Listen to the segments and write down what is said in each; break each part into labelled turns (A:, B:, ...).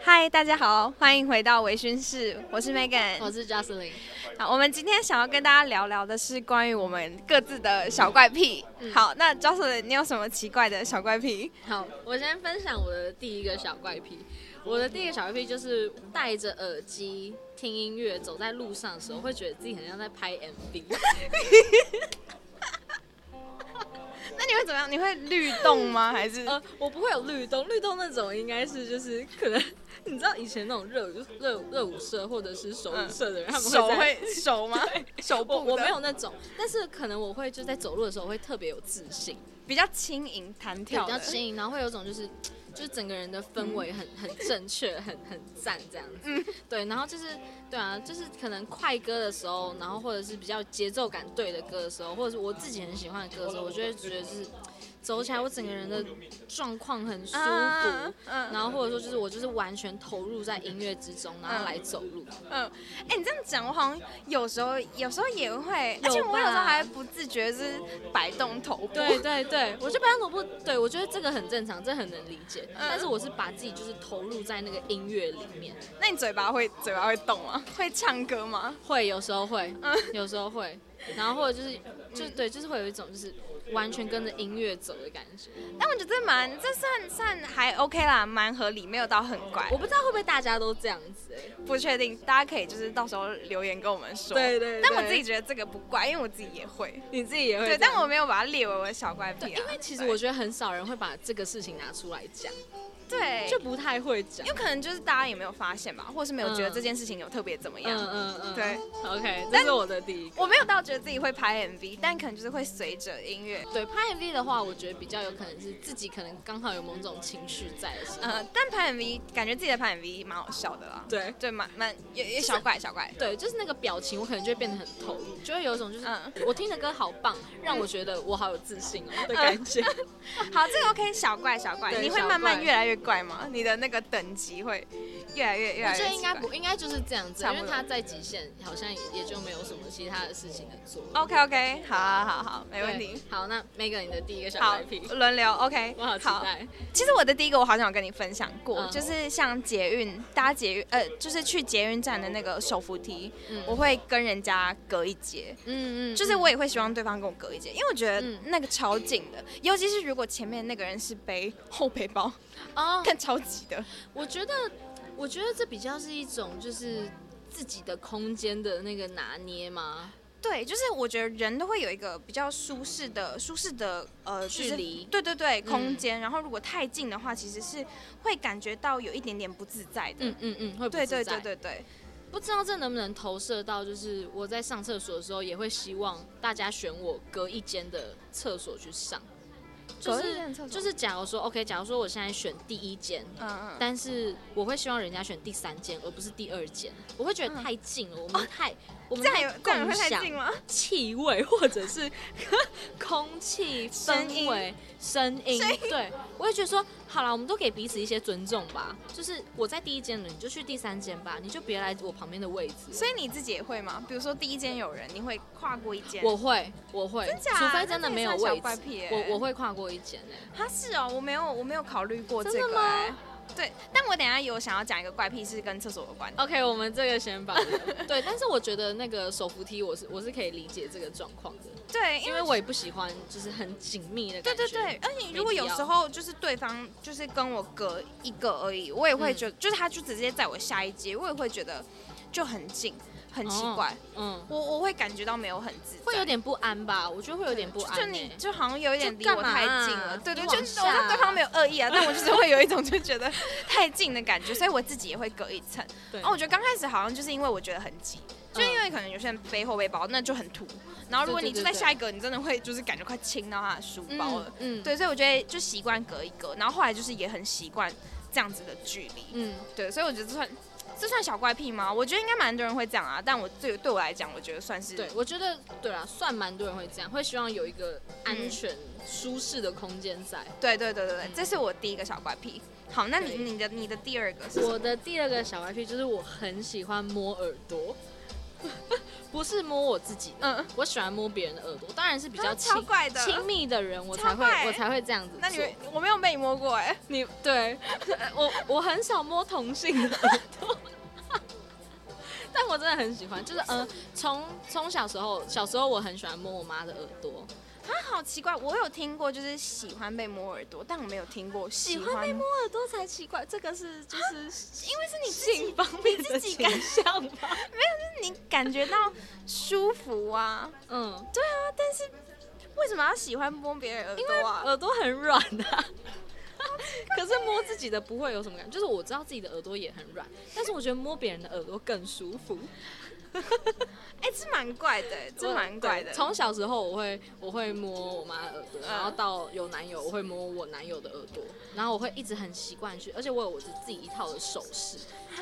A: 嗨，大家好，欢迎回到微醺室，我是 Megan。
B: 我是 Jocelyn，
A: 好，我们今天想要跟大家聊聊的是关于我们各自的小怪癖。好，那 j o c e l y n 你有什么奇怪的小怪癖？
B: 好，我先分享我的第一个小怪癖。我的第一个小怪癖就是戴着耳机听音乐，走在路上的时候会觉得自己很像在拍 MV。
A: 那你会怎么样？你会律动吗？还是？
B: 呃，我不会有律动，律动那种应该是就是可能你知道以前那种热舞热舞热舞社或者是手舞社的人，他们
A: 嗯手
B: 在
A: 会手吗？手部
B: 我我
A: 的
B: 没有那种，但是可能我会就在走路的时候会特别有自信，
A: 比较轻盈弹
B: 对
A: 跳
B: 比较
A: 的，
B: 轻盈，然后会有一种就是就是整个人的氛围很很正确，很很赞这样子。对，然后就是对啊，就是可能快歌的时候，然后或者是比较节奏感对的歌的时候，或者是我自己很喜欢的歌的时候，我就会觉得就是走起来我整个人的状况很舒服。
A: 啊嗯
B: 然后或者说就是我就是完全投入在音乐之中，然后来走路。
A: 嗯，哎、你这样讲，我好像有时候有时候也会，而且我有时候还不自觉是摆动头部。
B: 对对对，我就摆上头部，对我觉得这个很正常，这很能理解。但是我是把自己就是投入在那个音乐里面，
A: 那你嘴巴会嘴巴会动吗？会唱歌吗？
B: 会有时候会，
A: 嗯
B: 有时候会，然后或者就是就对，就是会有一种就是完全跟着音乐走的感觉。
A: 但我觉得蛮这算算还 OK 啦，蛮合理，没有到很怪
B: 我。不知道会不会大家都这样子、欸，
A: 我不确定，大家可以就是到时候留言跟我们说。
B: 对对对
A: 但我自己觉得这个不怪，因为我自己也会。
B: 你自己也会
A: 对，但我没有把它列为我的小怪癖、啊。
B: 因为其实我觉得很少人会把这个事情拿出来讲，
A: 对，
B: 就
A: 就
B: 不太会讲
A: 有。可能就是大家也没有发现吧，或是没有觉得
B: 嗯
A: 这件事情有特别怎么样。
B: 嗯嗯嗯，
A: 对
B: ，OK，这
A: 但
B: 是我的第一个。
A: 我没有到觉得自己会拍 MV，但可能就是会随着音乐，
B: 对拍 MV 的话，我觉得比较有可能是自己可能刚好有某种情绪在的时候，
A: 呃，但拍 MV 感觉自己的拍 MV 蛮好笑的啦。
B: 对
A: 对，蛮蛮也也小怪小怪。
B: 对，就是那个表情，我可能就会变得很投入，就会有一种就是、
A: 嗯
B: 我听的歌好棒，让我觉得我好有自信哦的感觉。
A: 嗯 好，这个 OK，小怪小怪，
B: 对
A: 你会
B: 小
A: 慢慢
B: 怪
A: 越来越怪吗？你的那个等级会越来越越
B: 我
A: 来越奇怪？
B: 觉得应该不应该就是这样子，
A: 差
B: 因
A: 不多
B: 为他在极限好像也也就没有什么其他的事情能做。
A: OK OK，好好好好，哦没
B: 对
A: 问题。。
B: 好，那 Megan 你的第一个小
A: 好
B: 白皮，，
A: 轮流 OK。
B: 我好期待。
A: 其实我的第一个我好像有跟你分享过，
B: 嗯
A: 就是像捷运搭捷运，呃，就是去捷运站的那个手扶梯，
B: 嗯
A: 我会跟人家隔一截。
B: 嗯嗯，
A: 就是我也会希望对方跟我隔一截，因为我觉得
B: 嗯
A: 那个超近的，尤其是如果前面那个人是背后背包，
B: 哦，
A: 更超级的。
B: 我觉得我觉得这比较是一种就是自己的空间的那个拿捏嘛。
A: 对，就是我觉得人都会有一个比较舒适的、舒适的呃
B: 距
A: 就
B: 离嗯
A: 是对对对，空间。然后如果太近的话，其实是会感觉到有一点点不自在的。
B: 嗯嗯嗯，会不
A: 对
B: 自
A: 对
B: 在
A: 对对对，
B: 不知道这能不能投射到，就是我在上厕所的时候，也会希望大家选我隔一间的厕所去上。就
A: 隔一间的
B: 是
A: 厕所
B: 就是，假如说 OK，假如说我现在选第一间，
A: 嗯嗯，
B: 但是我会希望人家选第三间，而不是第二间。我会觉得太近了，我们太、我
A: 嗯哦
B: 们
A: 这样有
B: 太
A: 这样
B: 共
A: 会太
B: 享
A: 近吗？
B: 气味或者是 空气
A: 声音
B: 氛围、声音，对我也觉得说，好了，我们都给彼此一些尊重吧。就是我在第一间了，你就去第三间吧，你就别来我旁边的位置了。
A: 所以你自己也会吗？比如说第一间有人，你会跨过一间？
B: 我会，我会，
A: 真假
B: 除非真的没有
A: 那这
B: 位
A: 也算小怪
B: 置
A: 癖欸，
B: 我我会跨过一间哎、
A: 他是哦，我没有我没有考虑过这
B: 真
A: 个、
B: 的吗
A: 哎对，但我等一下有想要讲一个怪癖是跟厕所有关的。
B: OK，我们这个先保留。 对，但是我觉得那个手扶梯，我是我是可以理解这个状况的，
A: 对，
B: 因
A: 因
B: 为
A: 为
B: 我也不喜欢就是很紧密的
A: 对
B: 感觉。
A: 对对，而且如果
B: 没必
A: 有时
B: 要
A: 候就是对方就是跟我隔一个而已，我也会
B: 嗯
A: 觉得，就是他就直接在我下一节，我也会觉得就很近，很奇
B: 哦
A: 怪，
B: 嗯，
A: 我我会感觉到没有很自在，
B: 会有点不安吧？我觉得会有点不
A: 就
B: 安、
A: 就
B: 欸。
A: 你就好像有一点
B: 就
A: 离
B: 干
A: 我
B: 嘛
A: 太近
B: 啊
A: 了，对对，
B: 你
A: 就
B: 往
A: 是我说对
B: 下
A: 方没有恶意啊，但我就是会有一种就觉 得太近的感觉，所以我自己也会隔一层。
B: 对嗯
A: 哦，我觉得刚开始好像就是因为我觉得很挤，就因为可能有些人背后背包那就很凸，然后如果
B: 对
A: 你
B: 对
A: 就
B: 对
A: 在
B: 对
A: 下一格，你真的会就是感觉快亲到他的书包了。
B: 嗯，嗯，
A: 对，所以我觉得就习惯隔一隔，然后后来就是也很习惯这样子的距离。
B: 嗯，
A: 对，所以我觉得这算这算小怪癖吗？我觉得应该蛮多人会这样啊，但我对对我来讲，我觉得算是
B: 对，我觉得对啦，算蛮多人会这样，会希望有一个安全、舒适的空间在。
A: 对对对对对，这是我第一个小怪癖。好，那你
B: 对
A: 你的你的第二个是什么
B: 我的第二个小 IP 就是我很喜欢摸耳朵，不是摸我自己的，呃
A: 嗯，
B: 我喜欢摸别人的耳朵，当然是比较
A: 啊
B: 亲
A: 超怪的
B: 亲密的人，我才
A: 超
B: 会
A: 怪
B: 我才会这样子做。
A: 那你们我没有被你摸过哎、
B: 你对我我很少摸同性的耳朵，但我真的很喜欢，就是嗯，呃从从小时候小时候我很喜欢摸我妈的耳朵，
A: 啊， 好奇怪，我有听过就是喜欢被摸耳朵，但我没有听过喜
B: 喜欢被
A: 摸，
B: 耳朵才奇怪，这个是就是
A: 因为是你自己
B: 性方面
A: 你
B: 的
A: 自己
B: 倾
A: 感
B: 向 吧？
A: 你感觉到舒服啊，
B: 嗯，
A: 对啊，但是为什么要喜欢摸别人耳朵啊？
B: 耳朵很软啊。 可是摸自己的不会有什么感觉，就是我知道自己的耳朵也很软，但是我觉得摸别人的耳朵更舒服。
A: 哎、这蛮怪的、哎这
B: 我
A: 蛮怪的。
B: 对从小时候我会我会摸我妈的耳朵，
A: 嗯
B: 然后到有男友我会摸我男友的耳朵，然后我会一直很习惯去，而且我有我自己一套的手势，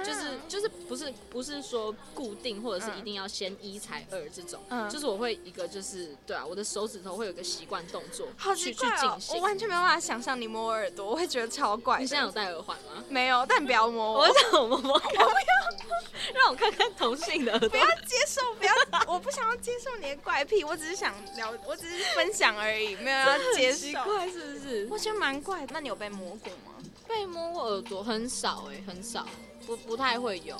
B: 就是就是不是不是说固定或者是一定要先一才二这种，
A: 嗯
B: 就是我会一个就是对啊，我的手指头会有个习惯动作
A: 好
B: 去
A: 奇
B: 去
A: 怪哦
B: 进，
A: 我
B: 行。
A: 完全没有办法想象你摸我耳朵，我会觉得超怪
B: 你现在
A: 的。
B: 有戴耳环吗？
A: 没有，但不要摸 我，
B: 我想我摸摸看，让我看看同性的耳朵
A: 不。要接受，不要，我不想要接受你的怪癖，我只是想聊，我只是分享而已，没有 要啊接
B: 奇
A: 受。
B: 怪是不是？
A: 我觉得蛮怪的。那你有被摸过吗？
B: 被摸过耳朵很少哎、很少，不不太会有。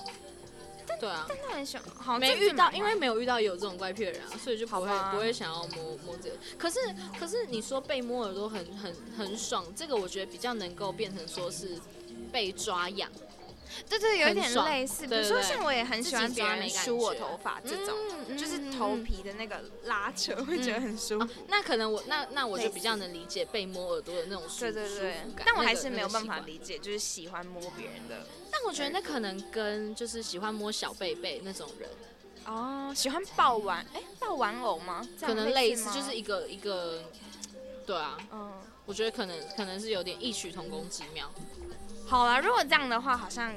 B: 对啊，
A: 但很喜欢，好像
B: 没
A: 这次
B: 遇到，
A: 蛮
B: 因为没有遇到有这种怪癖的人啊，所以就不
A: 好
B: 会
A: 吧
B: 不会想要摸摸这个。可是可是你说被摸耳朵很很很爽，这个我觉得比较能够变成说是被抓痒，
A: 对对，有一
B: 很
A: 点
B: 爽
A: 类似。比
B: 对
A: 如说，
B: 对对
A: 像我也很喜欢
B: 自己
A: 别
B: 抓
A: 人
B: 没感
A: 梳我
B: 觉
A: 头发这种，
B: 嗯
A: 就是
B: 嗯
A: 头
B: 嗯
A: 皮的那个拉扯，会觉得很舒
B: 啊
A: 服。，
B: 那可能我那那我就比较能理解被摸耳朵的那种舒
A: 对对对
B: 舒服，感
A: 但我
B: 那
A: 还
B: 个
A: 是没
B: 那个
A: 有办
B: 习
A: 法
B: 惯
A: 理解，就是喜欢摸别人的
B: 但我觉得那可能跟就是喜欢摸小贝贝那种人，
A: 哦，喜欢抱玩，哎，抱玩偶吗？这样
B: 可能类
A: 似
B: 似
A: 吗
B: 就是一个一个，对啊，
A: 嗯，
B: 我觉得可能可能是有点异曲同工之妙。
A: 好啦，如果这样的话，好像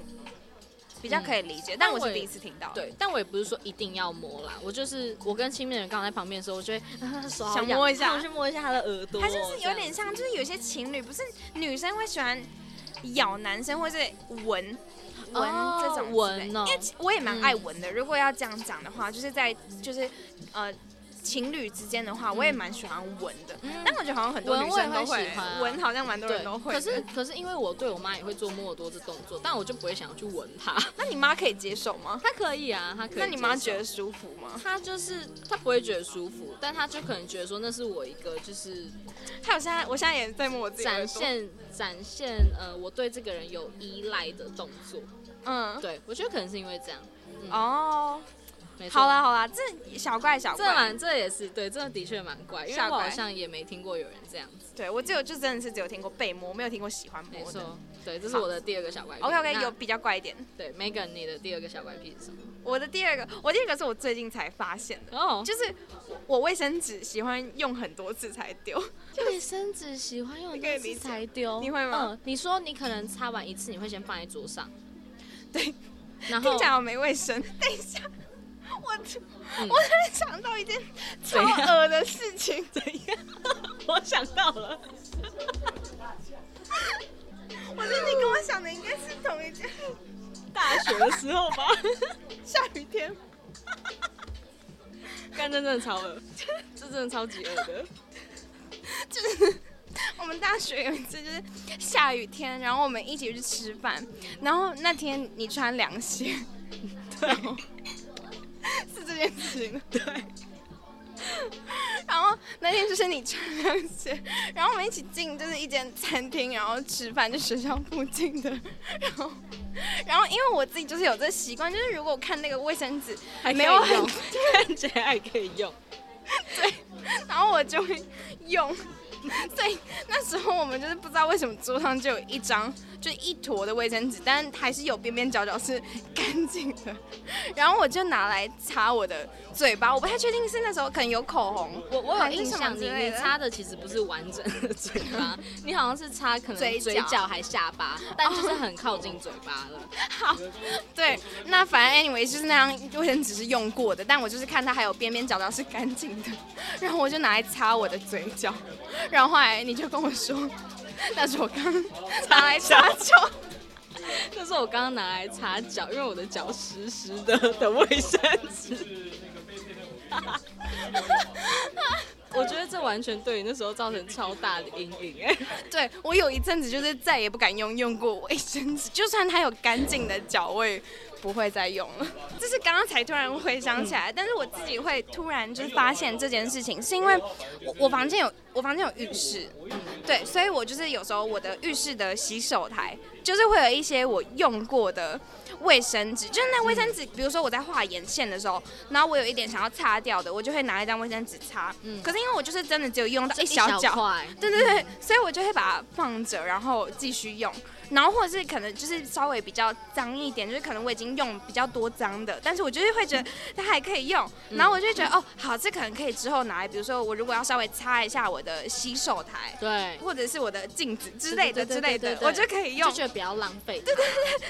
A: 比较可以理解，但嗯我是
B: 但我也
A: 第一次听到。，
B: 对，但我也不是说一定要摸啦，我就是我跟亲密的人刚好在旁边的时候，我就会、啊、手好
A: 想
B: 痒
A: 摸一下
B: 那我去摸一下他的耳朵，
A: 它就是
B: 这
A: 有
B: 样
A: 点像，就是有些情侣不是女生会喜欢咬男生，或是闻。闻
B: 哦
A: 这种之类
B: 闻哦
A: 因为其我也蛮爱闻的。如果要这样讲的话，就是在就是呃情侣之间的话，我也蛮喜欢闻的。
B: 嗯
A: 但我觉得好像很多
B: 闻
A: 女
B: 我也
A: 生都
B: 会
A: 会
B: 喜欢啊
A: 闻，好像蛮多人
B: 对
A: 都，会
B: 可
A: 的。
B: 是可是因为我对我妈也会做摸耳朵这动作，但我就不会想要去闻它。
A: 那你妈可以接受吗？
B: 她可以啊，她可以接受。
A: 那你妈觉得舒服吗？
B: 她就是她不会觉得舒服，但她就可能觉得说那是我一个就是
A: 还有现在，我现在也在摸我自己的耳
B: 展
A: 朵，
B: 现展现呃我对这个人有依赖的动作。
A: 嗯，
B: 对，我觉得可能是因为这样。嗯
A: 哦，
B: 没错
A: 好，啦好啦，这小怪小
B: 这
A: 怪，
B: 蛮这也是对，这的确蛮怪，因为
A: 吓
B: 我
A: 怪
B: 好像也没听过有人这样子。
A: 对我只有就真的是只有听过被摸，没有听过喜欢
B: 没
A: 摸的。
B: 错，对，这是我的第二个小怪癖。
A: OK OK，
B: 那
A: 有比较怪一点。
B: 对 Megan，你的第二个小怪癖是什么？
A: 我的第二个，我第二个是我最近才发现的，
B: 哦，
A: 就是我我卫生纸喜欢用很多次才丢。
B: 就卫生纸喜欢用
A: 你可以理解
B: 才丢
A: 你会吗？
B: 嗯，你说你可能擦完一次，你会先放在桌 上，
A: 对，
B: 然后
A: 听起来好没卫生。 等一下，我、我
B: 嗯
A: 突然想到一件超
B: 怎样
A: 恶的事情，
B: 怎样？ 我想到了，
A: 我觉得你跟我想的应该是同 一件。
B: 大学的时候吧，
A: 下雨天，
B: 干真的超恶，这真的超级恶的。
A: 就是 我们大学有一次就是下雨天，然后我们一起去吃饭，然后那天你穿凉鞋，
B: 对，
A: 是这件事情对。 然后那天就是你穿凉鞋，然后我们一起进就是一间餐厅，然后吃饭，就学校附近的。 然后，然后因为我自己就是有这习惯，就是如果我看那个卫生纸
B: 还
A: 没有
B: 可以
A: 很
B: 用，看起来还可以用。
A: 对，然后我就会用。所以那时候我们就是不知道为什么桌上就有一张，就一坨的卫生纸，但还是有边边角角是 干净的。然后我就拿来擦我的嘴巴，我不太确定是那时候可能有口红，
B: 我我有
A: 还是
B: 印
A: 什么
B: 象，
A: 之
B: 你
A: 类
B: 你
A: 的
B: 擦的其实不是完整的嘴巴，你好像是擦可能
A: 嘴角
B: 嘴角还下巴，但就是很靠近嘴巴了。
A: 好，对，那反正 anyway 就是那样，卫生纸是用过的，但我就是看它还有边边角角是干净的，然后我就拿来擦我的嘴角，然后后来你就跟我说，那是我刚 拿来擦脚，
B: 这是我刚刚拿来擦脚，因为我的脚湿湿的的卫生纸。 我觉得这完全对你那时候造成超大的阴影哎、
A: 对我有一阵子就是再也不敢用用过卫生纸，就算它有干净的脚，我也不会再用了。这是刚刚才突然回想起来，但是我自己会突然就是发现这件事情，是因为我我房间有我房间有浴室，对，所以我就是有时候我的浴室的洗手台就是会有一些我用过的卫生纸，就是那卫生纸，比如说我在画眼线的时候，然后我有一点想要擦掉的，我就会拿一张卫生纸擦。
B: 嗯
A: 可是因为我就是真的只有用到一
B: 一小
A: 角，
B: 块，
A: 对对对，所以我就会把它放着，然后继续用，然后或者是可能就是稍微比较脏一点，就是可能我已经用比较多脏的，但是我就是会觉得它还可以用，
B: 嗯
A: 然后我就会觉得哦，好，这可能可以之后拿来，比如说我如果要稍微擦一下我的洗手台，
B: 对，
A: 或者是我的镜子之类的
B: 对
A: 之
B: 对对
A: 类
B: 对
A: 的，
B: 对
A: 我就可以用
B: 就，觉得不要浪费。对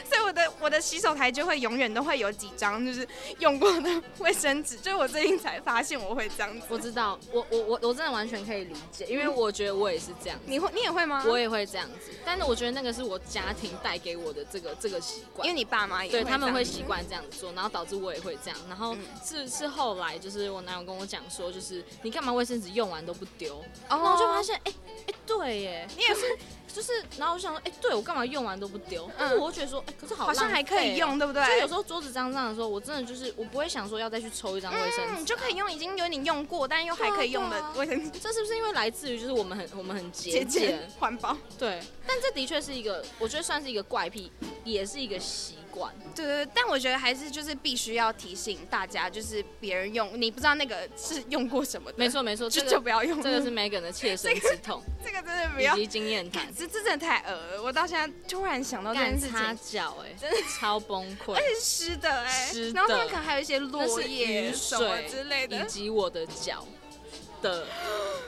A: 所以我的我的洗手台就会永远都会有几张就是用过的卫生纸，就是我最近才发现我会这样子，
B: 我知道，我我我我真的完全可以理解，因为我觉得我也是这样子，
A: 你会你也会吗？
B: 我也会这样子，但是我觉得那个是我家庭带给我的这个这个习惯
A: 因为。你爸妈也
B: 对
A: 这
B: 他们
A: 样
B: 会
A: 子
B: 习惯这样做，然后导致我也会这样，然后
A: 嗯
B: 是是后来就是我男友跟我讲说，就是你干嘛卫生纸用完都不丢，
A: 哦，
B: 然后我就发现，哎、哎、对耶，
A: 你也是。
B: 就是，然后我就想说，哎、对我干嘛用完都不丢？但是我会觉得说，哎、可是好、
A: 嗯好哦像还可以用，。对不对？
B: 就有时候桌子脏脏的时候，我真的就是我不会想说要再去抽一张卫生纸。
A: 嗯，就可以用已经有点用过，但又还可以用
B: 对啊
A: 的卫 生纸。
B: 这是不是因为来自于就是我们很我们很节
A: 节
B: 俭？
A: 俭环保，
B: 对，但这的确是一个，我觉得算是一个怪癖，也是一个习惯。
A: 对对对，但我觉得还是就是必须要提醒大家，就是别人用，你不知道那个是用过什么的，
B: 没，错没错，
A: 就
B: 这
A: 就
B: 个
A: 不要用。
B: 这个是 Megan 的切身之 痛
A: 这个真的不
B: 以
A: 要，
B: 及经验谈。
A: 这这真的太恶了。我到现在突然想到这件
B: 干
A: 事
B: 擦
A: 情，
B: 脚哎，
A: 真的
B: 超崩溃，
A: 是湿的哎、
B: 湿的
A: 然后他们可能还有一些
B: 那
A: 落
B: 是
A: 叶
B: 雨
A: 什么
B: 水
A: 之类
B: 以
A: 的。
B: 及我的脚 的，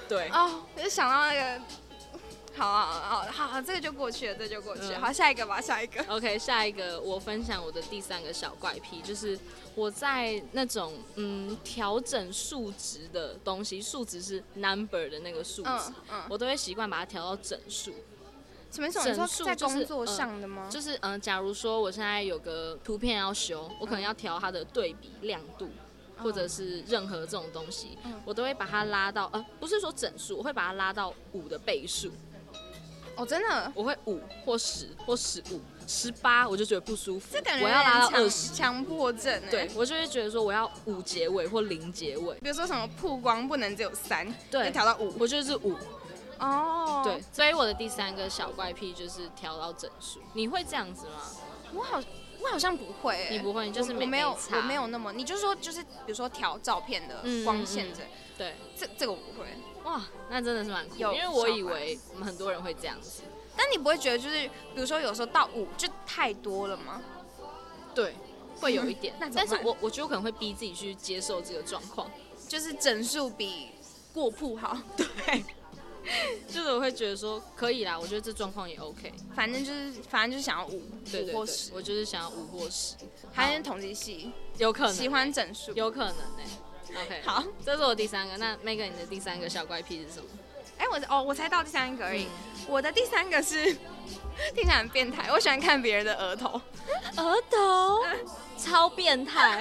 B: 对，
A: 哦，我就想到那个，好啊好啊好啊好啊，这个就过去了，这个就过去了。
B: 嗯
A: 好，下一个吧，下一个。
B: OK，下一个我分享我的第三个小怪癖，就是我在那种嗯调整数值的东西，数值是 number 的那个数值，
A: 嗯嗯，
B: 我都会习惯把它调到整数。
A: 什么意思？你
B: 整
A: 说
B: 数
A: 在
B: 就是
A: 工作
B: 嗯
A: 上的吗？
B: 就是嗯、呃假如说我现在有个图片要修，我可能
A: 嗯
B: 要调它的对比亮度，或者是任何这种东西，
A: 嗯
B: 我都会把它拉到呃，不是说整数，我会把它拉到五的倍数，
A: 哦，真的，
B: 我会五或十或十五、十八，我就觉得不舒服，
A: 这感觉
B: 我要拉到
A: 有
B: 二
A: 点
B: 十。
A: 强强迫症哎、
B: 对，我就会觉得说我要五结尾或零结尾，
A: 比如说什么曝光不能只有三，
B: 对
A: 要调到五。
B: 我就是五。
A: 哦，
B: 对，，所以我的第三个小怪癖就是调到整数。你会这样子吗？
A: 我好，我好像不会、欸，
B: 你不会你就是
A: 我
B: 没
A: 我没有
B: 没，差
A: 我没有那么，你就说就是比如说调照片的
B: 嗯
A: 光线这、
B: 对，
A: 这这个我不会，
B: 哇，那真的是蛮酷，
A: 有
B: 因为我以
A: 小怪
B: 为我们很多人会这样子。
A: 但你不会觉得就是比如说有时候到五就太多了吗？。
B: 对，会有一点
A: 那怎么
B: 但是
A: 办
B: 我我觉得我可能会逼自己去接受这个状况，
A: 就是整数比过曝好，
B: 就是我会觉得说可以啦，我觉得这状况也 OK。
A: 反正就是反正就是想要五
B: 对对
A: 五
B: 对
A: 或十，，
B: 我就是想要五或十，
A: 还是统计系
B: 有可能
A: 喜欢整数。
B: 有可能呢、OK，
A: 好，
B: 这是我第三个。那 Megan，你的第三个小怪癖是什么？
A: 哎、我哦我才到第三个而
B: 嗯
A: 已，我的第三个是听起来很变态，我喜欢看别人的额头。
B: 额头 超变态，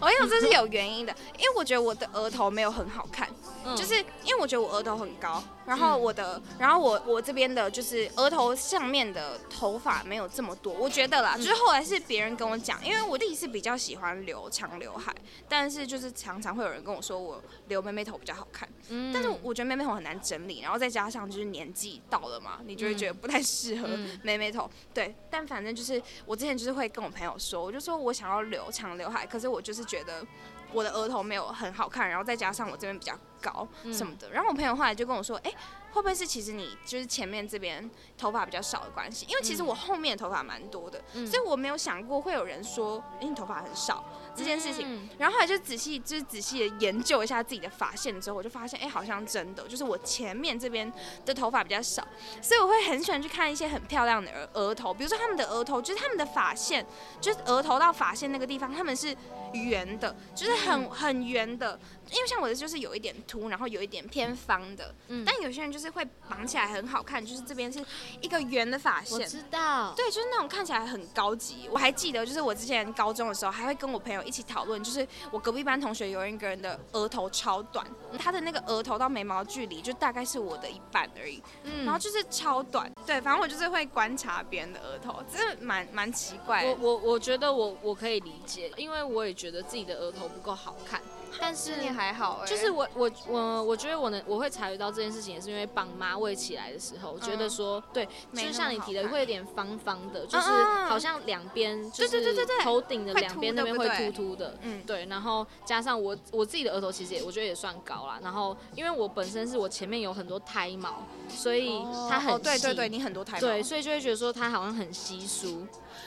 A: 我跟你讲，这是有原哦因的，因为我觉得我的额头没有很好看，
B: 嗯
A: 就是因为我觉得我额头很高，然后
B: 嗯
A: 我的，然后我我这边的就是额头上面的头发没有这么多，我觉得啦，
B: 嗯
A: 就是后来是别人跟我讲，因为我自己是比较喜欢留长刘海，但是就是常常会有人跟我说我留妹妹头比较好看，
B: 嗯
A: 但是我觉得妹妹头很难整理，然后再加上就是年纪到了嘛，你就会觉得不太适合
B: 嗯
A: 妹妹头。对，但反正就是我之前就是会跟我朋友说，我就说我想要留长刘海，可是我就是觉得我的额头没有很好看，然后再加上我这边比较高
B: 嗯
A: 什么的。然后我朋友后来就跟我说，哎、会不会是其实你就是前面这边头发比较少的关系？因为其实
B: 嗯
A: 我后面的头发蛮多的，
B: 嗯
A: 所以我没有想过会有人说，哎、你头发很少这件事情。
B: 嗯
A: 然后后来就仔细就是仔细的研究一下自己的发线之后，我就发现，哎、好像真的，就是我前面这边的头发比较少，所以我会很喜欢去看一些很漂亮的额额头，比如说他们的额头，就是他们的发线，就是额头到发线那个地方，他们是圆的，就是很、
B: 嗯
A: 很圆的，因为像我的就是有一点凸，然后有一点偏方的，
B: 嗯
A: 但有些人就是会绑起来很好看，就是这边是一个圆的发
B: 我
A: 线。
B: 知道，
A: 对，就是那种看起来很高级。我还记得，就是我之前高中的时候，还会跟我朋友一一起讨论，就是我隔壁班同学有一个人的额头超短，他的那个额头到眉毛距离就大概是我的一半而已，
B: 嗯
A: 然后就是超短。对，反正我就是会观察别人的额头，真的蛮蛮奇怪
B: 我
A: 的。
B: 我我觉得我我可以理解，因为我也觉得自己的额头不够好看，但是
A: 你还好、欸，
B: 就是我我我我觉得我能我会察觉到这件事情，也是因为帮妈喂起来的时候，我觉得说对，就
A: 嗯没那
B: 是
A: 么
B: 像你提的
A: 好看
B: 会有点方方的，就是
A: 嗯嗯
B: 好像两边就是
A: 对对对对对
B: 头顶的
A: 会
B: 两
A: 凸
B: 边那
A: 对
B: 边
A: 不
B: 会
A: 对
B: 突突的。
A: 嗯，
B: 对，然后加上我我自己的额头其实也我觉得也算高啦，然后因为我本身是我前面有很多胎毛，所以它很
A: 哦，对对
B: 细
A: 对，你很多胎毛，
B: 对，所以就会觉得说它好像很稀疏。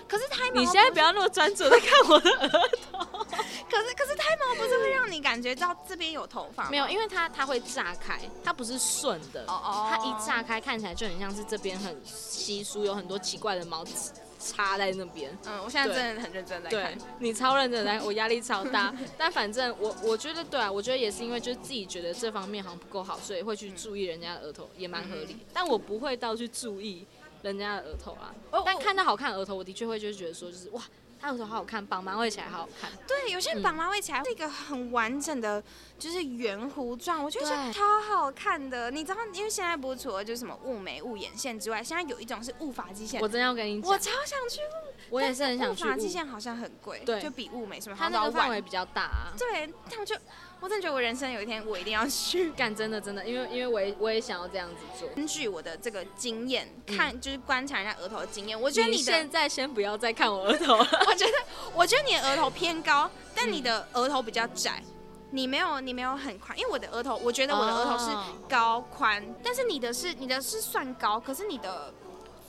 A: 可是胎毛，
B: 你现在不要那么专注的看我的
A: 可
B: 额，
A: 是可是胎毛不是会让你感觉到这边有头发吗？
B: 没有，因为它它会炸开，它不是顺的，
A: 哦哦，
B: 它一炸开看起来就很像是这边很稀疏，有很多奇怪的毛刺插在那边。
A: 嗯，我现在真的很认真在
B: 对
A: 看。
B: 你超认真来，我压力超大。 但反正我我觉得对啊，我觉得也是因为就是自己觉得这方面好像不够好，所以会去注意人家的额头，也蛮合理。
A: 嗯
B: 但我不会到去注意人家的额头啦。
A: 哦
B: 但
A: 我
B: 看到好看的额头，我的确会就是觉得说，就是哇，他额头好好看，绑马尾起来好好看。
A: 对，有些人
B: 嗯
A: 绑马尾起来是一个很完整的，就是圆弧状，我觉得
B: 对
A: 是超好看的。你知道，因为现在不是除了就是什么雾眉、雾眼线之外，现在有一种是雾发际线，
B: 我
A: 我
B: 真要跟你讲，
A: 超想去雾，
B: 我也是很想
A: 雾
B: 去
A: 发际
B: 雾，
A: 线好像很贵，
B: 对
A: 就比雾眉什么
B: 它
A: 好
B: 那
A: 早
B: 个范
A: 晚。
B: 围比较大、啊。
A: 对，但我就我真的觉得我人生有一天我一定要去。
B: 干真的真的，因为因为我也我也想要这样子做。
A: 根据我的这个经验，看就是观察人家额头的经验，我觉得
B: 嗯你
A: 你的
B: 现在先不要再看我额头了，
A: 我觉得，我觉得你的额头偏高，但你
B: 嗯
A: 的额头比较窄，你没有，你没有很宽，因为我的额头，我觉得我的额头是
B: 哦
A: 高宽，但是你的是你的是算高，可是你的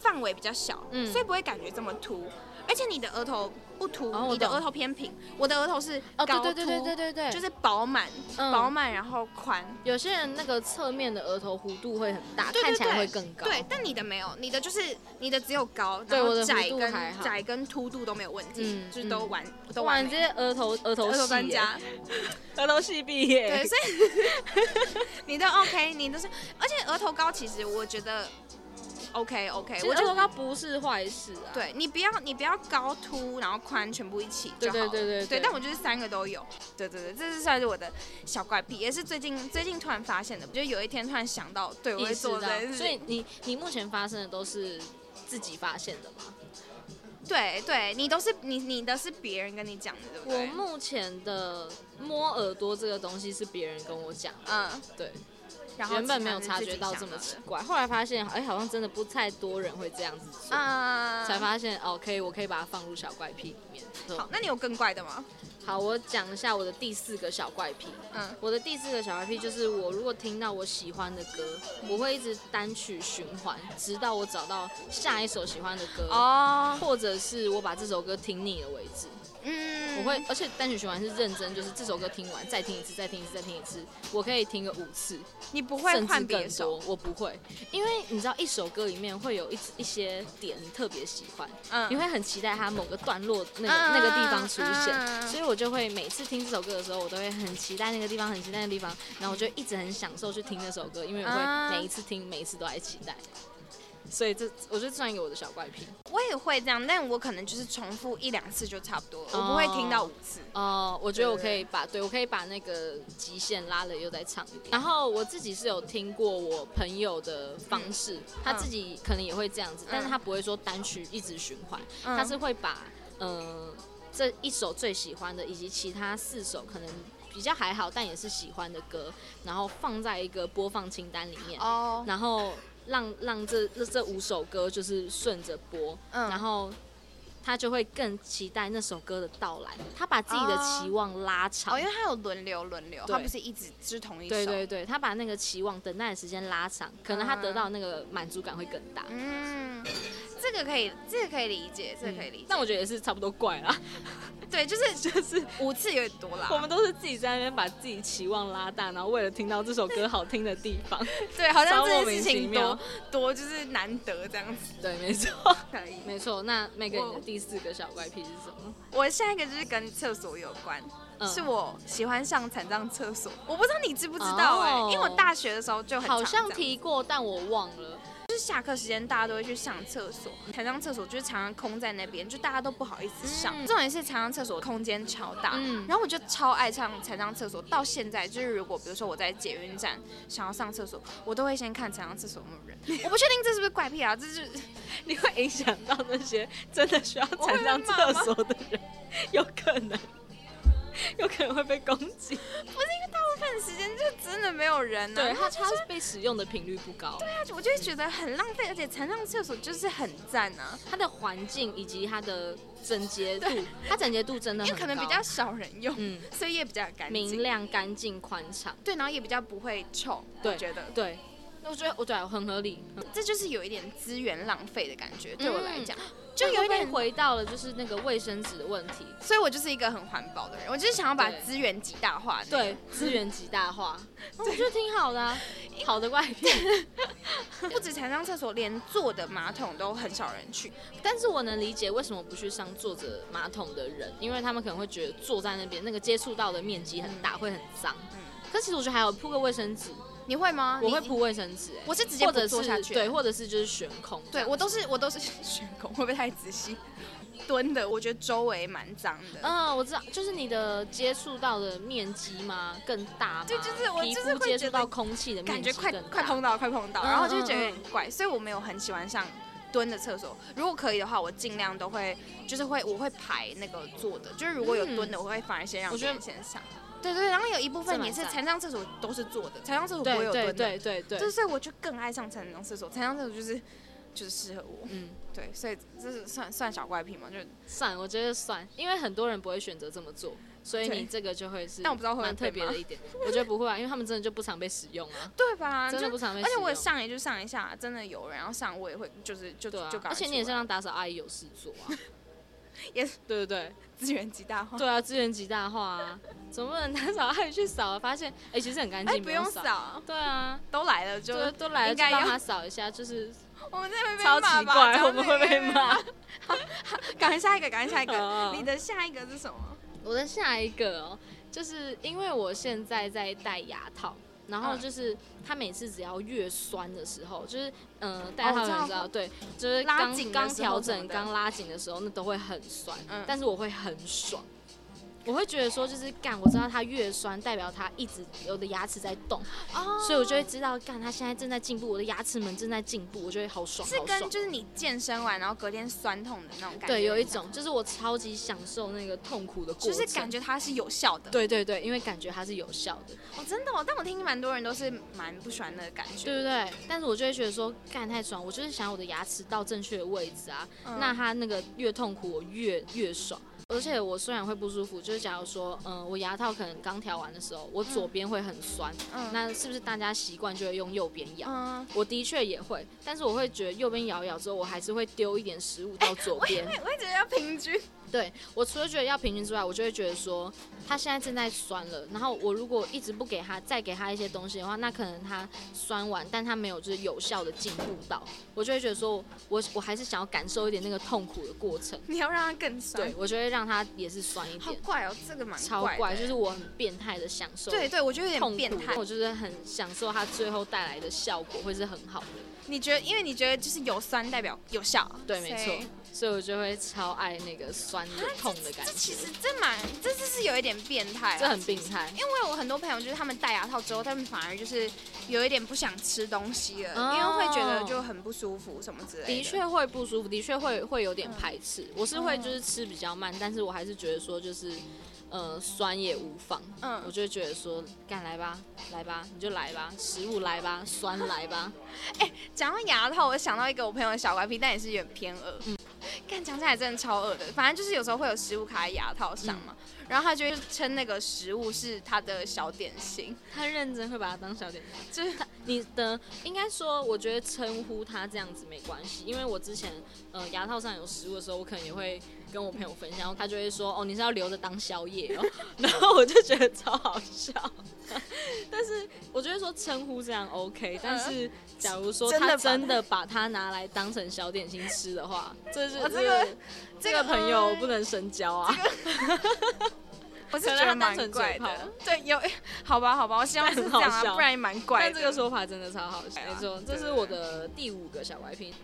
A: 范围比较小，
B: 嗯
A: 所以不会感觉这么凸，而且你的额头不凸，
B: 哦我
A: 你的
B: 懂
A: 额头偏平，我的额头是
B: 哦，
A: 高
B: 对
A: 凸，
B: 对对对对对对，
A: 就是饱满，
B: 嗯
A: 饱满然后宽。
B: 有些人那个侧面的额头弧度会很大，
A: 对对
B: 看起来
A: 对
B: 会更高。
A: 对，，但你的没有，你的就是你的只有高，
B: 对
A: 然
B: 我
A: 后
B: 的弧
A: 窄
B: 度
A: 跟
B: 还好
A: 窄跟凸度都没有问题，
B: 嗯
A: 就是都
B: 嗯
A: 完都
B: 不
A: 完
B: 然
A: 美
B: 这。些额头额头
A: 额头专
B: 系耶，
A: 家，
B: 额头系毕业。
A: 对，所以 你都 OK，你都是，而且额头高，其实我觉得 OK OK，
B: 其实
A: 我
B: 额
A: 觉
B: 头
A: 得
B: 高不是坏事啊。
A: 对你不要你不要高凸，然后宽全部一起就
B: 对
A: 好了。
B: 对对对
A: 对但我就是三个都有。对对对，这是算是我的小怪癖，也是最近最近突然发现的。就有一天突然想到，对我
B: 意
A: 会
B: 识
A: 做这
B: 到
A: 件。事
B: 所以
A: 情。
B: 你你目前发生的都是自己发现的吗？
A: 对对，你都是你你的是别人跟你讲的，对不
B: 我
A: 对？
B: 目前的摸耳朵这个东西是别人跟我讲的，
A: 嗯，
B: 对，
A: 然后
B: 原本
A: 其
B: 没
A: 他
B: 有
A: 是
B: 察
A: 自己
B: 觉到
A: 想
B: 这么
A: 的
B: 奇怪，后来发现哎、好像真的不太多人会这样子做，
A: 啊。
B: 才发现哦，可以，我可以把它放入小怪癖里面。
A: 好，那你有更怪的吗？
B: 好，我讲一下我的第四个小怪癖。
A: 嗯，
B: 我的第四个小怪癖就是，我如果听到我喜欢的歌，我会一直单曲循环，直到我找到下一首喜欢的歌，
A: 哦，
B: 或者是我把这首歌听腻了为止。
A: 嗯，
B: 我会，而且单曲循环是认真，就是这首歌听完再听一次，再听一次，再听一次，我可以听个五次，
A: 你不会
B: 甚至
A: 换
B: 更
A: 别首，
B: 多。我不会，因为你知道一首歌里面会有一一些点你特别喜欢，
A: 嗯
B: 你会很期待它某个段落那个、
A: 嗯
B: 那个地方出现，
A: 嗯嗯嗯
B: 所以我就会每次听这首歌的时候，我都会很期待那个地方，很期待那个地方，然后我就一直很享受去听那首歌，因为我
A: 啊
B: 会每一次听，每一次都在期待。所以这我觉得算一个我的小怪癖
A: 我也会这样，但我可能就是重复一两次就差不多了，
B: 哦
A: 我不会听到五次。
B: 哦、我觉得我可以
A: 对
B: 把对我可以把那个极限拉了又再唱一遍。然后我自己是有听过我朋友的方
A: 嗯
B: 式，他自己可能也会这样子，但是他不会说单曲一直循环，
A: 嗯
B: 他是会把呃这一首最喜欢的，以及其他四首可能比较还好但也是喜欢的歌，然后放在一个播放清单里面，
A: 哦，
B: 然后让让这这这五首歌就是顺着播，
A: 嗯
B: 然后。他就会更期待那首歌的到来，他把自己的期望拉长。
A: 哦，因为它有轮流轮流，
B: 对
A: 它不是一直只同一首。
B: 对对对，他把那个期望等待的时间拉长，可能他得到那个满足感会更大。
A: 嗯，这个可以，这个可以理解，这个可以理解。
B: 但嗯我觉得也是差不多怪 啦，
A: 对，就是就是五次有点多啦。
B: 我们都是自己在那边把自己期望拉大，然后为了听到这首歌好听的地 方。
A: 对，好像
B: 超
A: 这
B: 莫
A: 件事
B: 名其
A: 情
B: 妙
A: 多多就是难得这样子。
B: 对，没错，
A: 可以。
B: 没错。那那个你
A: 我
B: 的第四个小怪癖是什么？
A: 我下一个就是跟厕所有关，
B: 嗯
A: 是我喜欢上残障厕所。我不知道你知不知道哎、
B: 哦
A: 因为我大学的时候就很常
B: 好像
A: 这样
B: 提过，但我忘了。
A: 就是下课时间大家都会去上厕所，台上厕所就是常常空在那边，就大家都不好意思上。
B: 嗯
A: 重点是台上厕所空间超大，
B: 嗯
A: 然后我就超爱上台上厕所，到现在就是如果比如说我在捷运站想要上厕所，我都会先看台上厕所有没 有人。我不确定这是不是怪癖啊，这就是
B: 你会影响到那些真的需要站上厕所的人，有可能，有可能会被攻 击。
A: 看时间就真的没有人呢、
B: 对，
A: 啊。
B: 它它被使用的频率不高，
A: 我就会觉得很浪费，而且台上厕所就是很赞啊，
B: 它的环境以及它的整洁度，它整洁度真的
A: 因
B: 很
A: 为
B: 高，
A: 可能比较少人用，
B: 嗯
A: 所以也比较干
B: 明
A: 净。
B: 亮、干净、宽敞。
A: 对，然后也比较不会臭，
B: 对
A: 我觉得
B: 对，我觉得我对很合理，
A: 这就是有一点资源浪费的感觉，对我
B: 嗯
A: 来 讲，就有
B: 就有
A: 一点
B: 点，回到了就是那个卫生纸的问题。
A: 所以我就是一个很环保的人，我就是想要把
B: 对
A: 资源极大化。
B: 对，，资源极大 化，我觉得挺好的、啊，好的怪癖。
A: 不止台上厕所，连坐的马桶都很少人去。
B: 但是我能理解为什么不去上坐着马桶的人，因为他们可能会觉得坐在那边那个接触到的面积很大，会很脏。
A: 嗯，
B: 可其实我觉得还有铺个卫生纸，
A: 你会吗？
B: 我会
A: 你，
B: 铺卫生纸、欸，
A: 我是直接
B: 或
A: 不
B: 者
A: 坐下
B: 是
A: 去。啊
B: 对，或者是就是悬空这
A: 对
B: 样。
A: 我都是我都是 选孔，会不会太仔细？蹲的，我觉得周围蛮脏的。
B: 嗯，我知道，就是你的接触到的面积吗？更大吗？
A: 对就是我
B: 皮
A: 就是
B: 肤
A: 会
B: 接
A: 觉
B: 触
A: 得
B: 到空气的面
A: 感
B: 积
A: 觉快
B: 更大
A: 快碰到快碰到，
B: 嗯
A: 然后就
B: 嗯
A: 觉得有
B: 嗯
A: 点怪，所以我没有很喜欢上蹲的厕所。如果可以的话，我尽量都会就是会我会排那个坐的，就是如果有蹲的，嗯我会反而先让
B: 我觉
A: 别
B: 得
A: 人先上。对对，然后有一部
B: 这
A: 分
B: 蛮
A: 也是
B: 赞
A: 残障厕所都是坐的，残障厕所不会
B: 对
A: 有
B: 对
A: 蹲的，
B: 对对对，
A: 就是所以我就更爱上残障厕所，残障厕所就是就是适合我，
B: 嗯，
A: 对，所以这是算算小怪癖嘛，就
B: 算，我觉得算，因为很多人不会选择这么做，所以你这个就会是，
A: 但我不知道会不会
B: 蛮特
A: 被
B: 别的
A: 骂
B: 一点。我觉得不会啊，因为他们真的就不常被使用啊，
A: 对吧？
B: 真
A: 就
B: 的不常被
A: 而
B: 使
A: 且
B: 用。
A: 我也上也就上一下，真的有人要上我也会就是就
B: 对啊
A: 就，赶快
B: 而且你也
A: 出
B: 是
A: 来，
B: 让打扫阿姨有事做啊
A: 也是
B: 对对对
A: 资源极大化，
B: 对啊，资源极大化啊，总不能打扫阿姨去扫，发现哎、其实很 干
A: 哎
B: 净，
A: 不用
B: 扫。
A: 扫，
B: 对啊，
A: 都来了就
B: 就都来了
A: 应
B: 就
A: 该要
B: 帮他扫一下，就是
A: 我们这边
B: 超奇怪，我们会被骂。。
A: 赶快下一个，赶快下一
B: 哦
A: 个。你的下一个是什么？
B: 我的下一个哦，就是因为我现在在戴牙套，然后
A: 嗯
B: 就是它每次只要越酸的时候，就是嗯、呃戴牙
A: 哦我
B: 套
A: 知
B: 你
A: 道
B: 知道，对，就是
A: 拉
B: 刚
A: 紧的
B: 刚
A: 时候
B: 调
A: 什
B: 整、
A: 么的
B: 刚拉紧的时候，那都会很酸，
A: 嗯
B: 但是我会很爽。我会觉得说，就是干，我知道它越酸，代表它一直有的牙齿在动，
A: 哦
B: 所以我就会知道，干，它现在正在进步，我的牙齿们正在进步，我就会好爽，
A: 是
B: 好爽
A: 跟。就是你健身完然后隔天酸痛的那种感觉。
B: 对，有一种就是我超级享受那个痛苦的过
A: 就
B: 程，
A: 是感觉它是有效的。
B: 对对对，因为感觉它是有效的，
A: 哦，真的哦，但我听蛮多人都是蛮不喜欢那个感觉。
B: 对不对？但是我就会觉得说，干太爽，我就是想要我的牙齿到正确的位置啊。
A: 嗯
B: 那它那个越痛苦，我越越爽。而且我虽然会不舒服，就是假如说，嗯、我牙套可能刚调完的时候，我左边会很酸，
A: 嗯
B: 那是不是大家习惯就会用右边咬？
A: 嗯，
B: 我的确也会，但是我会觉得右边咬一咬之后，我还是会丢一点食物到左
A: 哎我
B: 边
A: 也。我也觉得要平均。
B: 对我除了觉得要平均之外，我就会觉得说，它现在正在酸了，然后我如果一直不给它，再给它一些东西的话，那可能它酸完，但它没有就是有效的进步到，我就会觉得说我我还是想要感受一点那个痛苦的过程，
A: 你要让它更酸。
B: 对，我就会让它也是酸一
A: 好
B: 点，
A: 怪哦，这个蛮
B: 超
A: 怪的
B: 怪，就是我很变态的享受。
A: 对对，我觉得有
B: 痛
A: 点
B: 苦
A: 变态
B: 然后。我就是很享受它最后带来的效果会是很好的，
A: 你觉得，因为你觉得就是有酸代表有效，
B: 对，没
A: 所以
B: 错，所以我就会超爱那个酸的痛的感
A: 啊这其
B: 觉，
A: 实这蛮，这这是有一点变态、
B: 这
A: 啊。
B: 很病态。
A: 因为我很多朋友就是他们戴牙套之后，他们反而就是有一点不想吃东西了，
B: 哦
A: 因为会觉得就很不舒服什么之类的。嗯
B: 的，确会不舒服，的确会会有点排斥。我是会就是吃比较慢，但是我还是觉得说就是，呃，酸也无妨。我
A: 嗯，
B: 就会觉得说，干来吧，来吧，你就来吧，食物来吧，酸来吧。
A: 讲到牙套，我想到一个我朋友的小怪癖，但也是有点偏恶。嗯
B: 嗯，
A: 看讲起来真的超恶的，反正就是有时候会有食物卡在牙套上嘛，
B: 嗯
A: 然后他就会称那个食物是他的小点心，
B: 他认真会把它当小点心。
A: 就是
B: 你的应该说，我觉得称呼他这样子没关系，因为我之前呃牙套上有食物的时候，我可能也会跟我朋友分享，然后他就会说哦你是要留着当宵夜哦， 然后我就觉得超好笑。但是我觉得说称呼这样 OK，但是假如说
A: 嗯真的
B: 他
A: 吧
B: 真的把它拿来当成小点心吃的话，这是
A: 我
B: 这
A: 哦这个
B: 个这个朋友
A: 嗯
B: 不能深交啊。
A: 我是
B: 是
A: 车
B: 觉得
A: 让
B: 蛮
A: 单纯
B: 怪
A: 嘴炮
B: 的。
A: 对，有， 好吧，好吧，我希望是这样
B: 但很好
A: 啊，
B: 笑
A: 不然也蛮怪
B: 但
A: 的。
B: 这个说法真的超好
A: 对
B: 笑，
A: 啊
B: 没错，这是我的第五个小怪癖。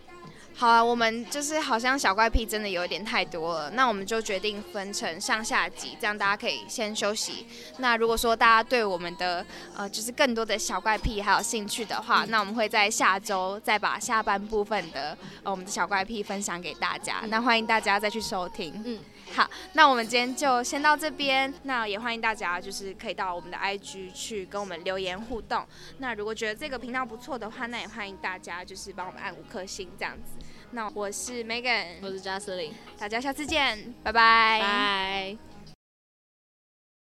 A: 好啊，我们就是好像小怪癖真的有一点太多了，那我们就决定分成上下集，这样大家可以先休息。那如果说大家对我们的呃就是更多的小怪癖还有兴趣的
B: 嗯
A: 话，那我们会在下周再把下半部分的呃我们的小怪癖分享给大家。那欢迎大家再去收听。
B: 嗯，
A: 好，那我们今天就先到这边。那也欢迎大家就是可以到我们的 IG 去跟我们留言互动。那如果觉得这个频道不错的话，那也欢迎大家就是帮我们按五颗星这样子。那我是
B: 我
A: Megan，
B: 是加斯林，
A: 大家下次见，拜拜。
B: 拜。